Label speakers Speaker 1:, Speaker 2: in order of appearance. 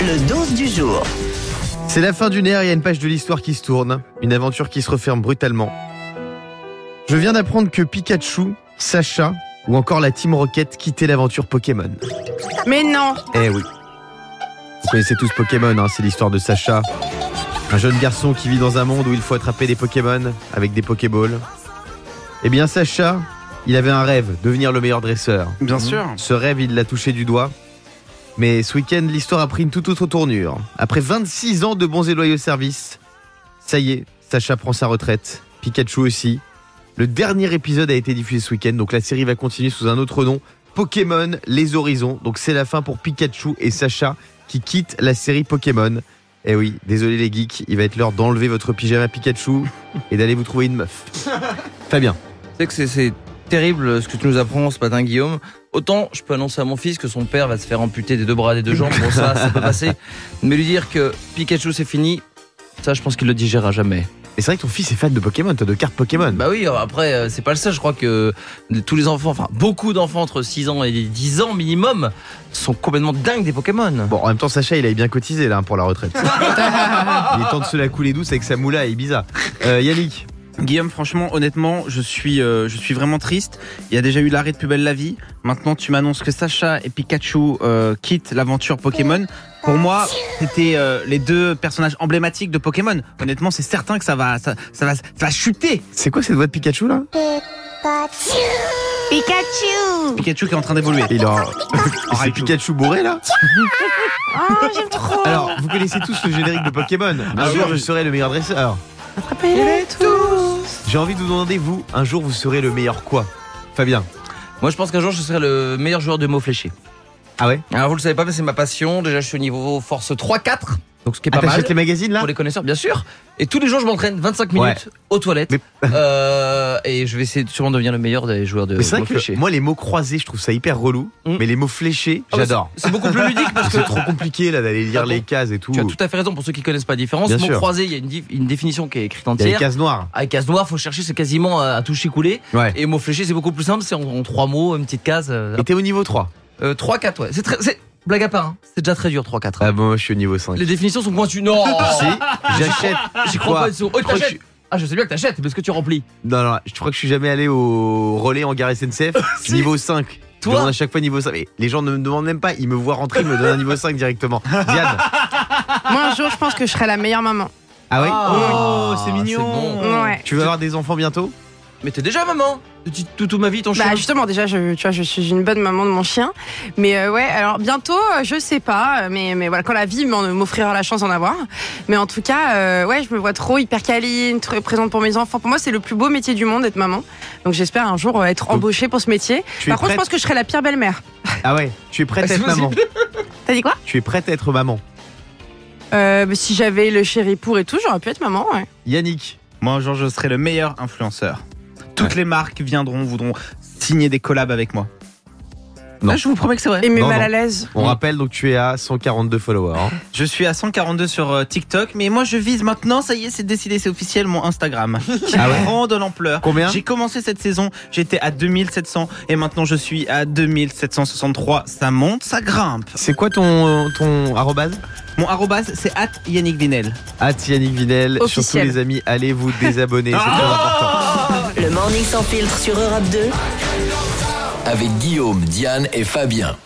Speaker 1: Le 12 du jour.
Speaker 2: C'est la fin d'une ère, il y a une page de l'histoire qui se tourne, une aventure qui se referme brutalement. Je viens d'apprendre que Pikachu, Sacha ou encore la Team Rocket quittaient l'aventure Pokémon.
Speaker 3: Mais non
Speaker 2: Eh oui. Vous connaissez tous Pokémon, hein, c'est l'histoire de Sacha. Un jeune garçon qui vit dans un monde où il faut attraper des Pokémon avec des Pokéballs. Eh bien Sacha, il avait un rêve, devenir le meilleur dresseur.
Speaker 4: Bien sûr.
Speaker 2: Ce rêve, il l'a touché du doigt. Mais ce week-end, l'histoire a pris une toute autre tournure. Après 26 ans de bons et loyaux services, ça y est, Sacha prend sa retraite. Pikachu aussi. Le dernier épisode a été diffusé ce week-end, donc la série va continuer sous un autre nom. Pokémon, les horizons. Donc c'est la fin pour Pikachu et Sacha qui quittent la série Pokémon. Eh oui, désolé les geeks, il va être l'heure d'enlever votre pyjama Pikachu et d'aller vous trouver une meuf. Fabien.
Speaker 5: Tu sais que c'est- c'est terrible euh, ce que tu nous apprends ce matin, Guillaume. Autant je peux annoncer à mon fils que son père va se faire amputer des deux bras, des deux jambes, bon ça, ça peut passer. Mais lui dire que Pikachu c'est fini, ça je pense qu'il le digérera jamais.
Speaker 2: Et c'est vrai que ton fils est fan de Pokémon, toi, de cartes Pokémon.
Speaker 5: Bah oui, euh, après euh, c'est pas le seul, je crois que euh, tous les enfants, enfin beaucoup d'enfants entre 6 ans et 10 ans minimum sont complètement dingues des Pokémon.
Speaker 2: Bon, en même temps, Sacha, il avait bien cotisé là pour la retraite. il est temps de se la couler douce avec sa moula à Ibiza. Euh, Yannick,
Speaker 4: Guillaume, franchement, honnêtement, je suis, euh, je suis vraiment triste. Il y a déjà eu l'arrêt de Plus belle la vie. Maintenant, tu m'annonces que Sacha et Pikachu euh, quittent l'aventure Pokémon. Pour moi, c'était euh, les deux personnages emblématiques de Pokémon. Honnêtement, c'est certain que ça va, ça, ça va, ça va chuter.
Speaker 2: c'est quoi cette voix de Pikachu là
Speaker 3: Pikachu
Speaker 4: Pikachu qui est en train d'évoluer.
Speaker 2: Il aura- C'est Pikachu bourré là
Speaker 3: Oh, j'aime trop
Speaker 2: Alors, vous connaissez tous le générique de Pokémon. Un
Speaker 4: Ah
Speaker 2: jour,
Speaker 4: oui.
Speaker 2: je serai le meilleur dresseur.
Speaker 3: Attrapez-les tous
Speaker 2: J'ai envie de vous demander, vous, un jour, vous serez le meilleur quoi Fabien.
Speaker 5: Moi je pense qu'un jour je serai le meilleur joueur de mots fléchés.
Speaker 2: Ah ouais
Speaker 5: Alors vous le savez pas mais c'est ma passion, déjà je suis au niveau force 3-4, donc ce qui est pas
Speaker 2: Ah,
Speaker 5: mal.
Speaker 2: T'achètes les magazines là
Speaker 5: pour les connaisseurs, bien sûr. Et tous les jours, je m'entraîne 25 minutes aux toilettes.
Speaker 2: Mais-
Speaker 5: Euh, et je vais essayer de sûrement devenir le meilleur des joueurs de
Speaker 2: Mais
Speaker 3: Euh,
Speaker 2: c'est vrai
Speaker 5: mots
Speaker 2: que
Speaker 5: fléchés.
Speaker 2: moi, les mots croisés, je trouve ça hyper relou.
Speaker 5: Mm.
Speaker 2: Mais les mots fléchés,
Speaker 5: Ah bah,
Speaker 2: j'adore.
Speaker 5: C'est beaucoup plus ludique parce que
Speaker 2: C'est trop compliqué là d'aller lire
Speaker 5: Ah bon
Speaker 2: les cases et tout.
Speaker 5: tu as tout à fait raison pour ceux qui connaissent pas la différence.
Speaker 2: Bien
Speaker 5: Mot
Speaker 2: sûr.
Speaker 5: croisé, il y a une, dif- une définition qui est écrite
Speaker 2: Il y a les
Speaker 5: entière.
Speaker 2: cases noires.
Speaker 5: Avec case noire, faut chercher, c'est quasiment euh, à, à toucher coulé.
Speaker 2: Ouais.
Speaker 5: Et mot fléché, c'est beaucoup plus simple, c'est en, en trois mots, une petite case. euh,
Speaker 2: Et t'es au niveau 3.
Speaker 5: 3-4, ouais. C'est très, c'est, blague à part, hein. c'est déjà très dur 3-4.
Speaker 2: Ah bon, moi, je suis au niveau 5.
Speaker 5: Les définitions sont pointues. Non
Speaker 2: Si, j'achète.
Speaker 5: J'y crois
Speaker 2: Quoi
Speaker 5: pas, elles sont. Oh,
Speaker 2: crois que
Speaker 5: t'achètes Ah, je sais bien que t'achètes, parce que tu remplis.
Speaker 2: Non, non, je crois que je suis jamais allé au relais en gare SNCF.
Speaker 5: Si.
Speaker 2: Niveau 5.
Speaker 5: Toi
Speaker 2: je demande à chaque fois niveau 5. Mais les gens ne me demandent même pas. Ils me voient rentrer, ils me donnent un niveau 5 directement. Diane.
Speaker 3: Moi, un jour, je pense que je serai la meilleure maman.
Speaker 2: Ah oui
Speaker 4: Oh,
Speaker 5: Ah, c'est bon.
Speaker 3: Ouais.
Speaker 2: Tu veux avoir des enfants bientôt
Speaker 5: Mais t'es déjà maman Depuis toute, toute ma vie, ton chien.
Speaker 3: Bah justement déjà je, tu vois je suis une bonne maman de mon chien mais euh, ouais alors bientôt euh, je sais pas euh, mais mais voilà quand la vie m'en- m'offrira la chance d'en avoir mais en tout cas euh, ouais je me vois trop hyper câline très présente pour mes enfants pour moi c'est le plus beau métier du monde d'être maman donc j'espère un jour euh, être embauchée pour ce métier
Speaker 2: Tu es
Speaker 3: par contre je
Speaker 2: prête
Speaker 3: pense que je serai la pire belle-mère
Speaker 2: Ah ouais, tu es prête à
Speaker 5: C'est
Speaker 2: être maman.
Speaker 3: t'as dit quoi
Speaker 2: Tu es prête à être maman.
Speaker 3: Euh, bah, si j'avais le chéri pour et tout, j'aurais pu être maman. Ouais.
Speaker 2: Yannick.
Speaker 4: Moi, un jour, je serai le meilleur influenceur. Toutes les marques viendront, voudront signer des collabs avec moi.
Speaker 2: Non.
Speaker 4: Là, Ah, je vous promets que c'est vrai.
Speaker 3: Et mais
Speaker 2: Non,
Speaker 3: mal
Speaker 2: non.
Speaker 3: à l'aise.
Speaker 2: On
Speaker 4: Oui.
Speaker 2: rappelle donc tu es à 142 followers. hein.
Speaker 4: Je suis à 142 sur euh, TikTok, mais moi je vise maintenant, ça y est, c'est décidé, c'est officiel, mon Instagram. Qui
Speaker 2: Ah ouais
Speaker 4: prend de l'ampleur.
Speaker 2: Combien
Speaker 4: J'ai commencé cette saison, j'étais à 2700 et maintenant je suis à 2763. Ça monte, ça grimpe.
Speaker 2: C'est quoi ton, euh, ton arrobase
Speaker 4: Mon arrobase, c'est at Yannick Vinel.
Speaker 2: At Yannick Vinel. Surtout
Speaker 3: Officiel.
Speaker 2: les amis, allez vous désabonner. C'est très important.
Speaker 1: Le morning sans filtre sur Europe 2.
Speaker 6: avec Guillaume, Diane et Fabien.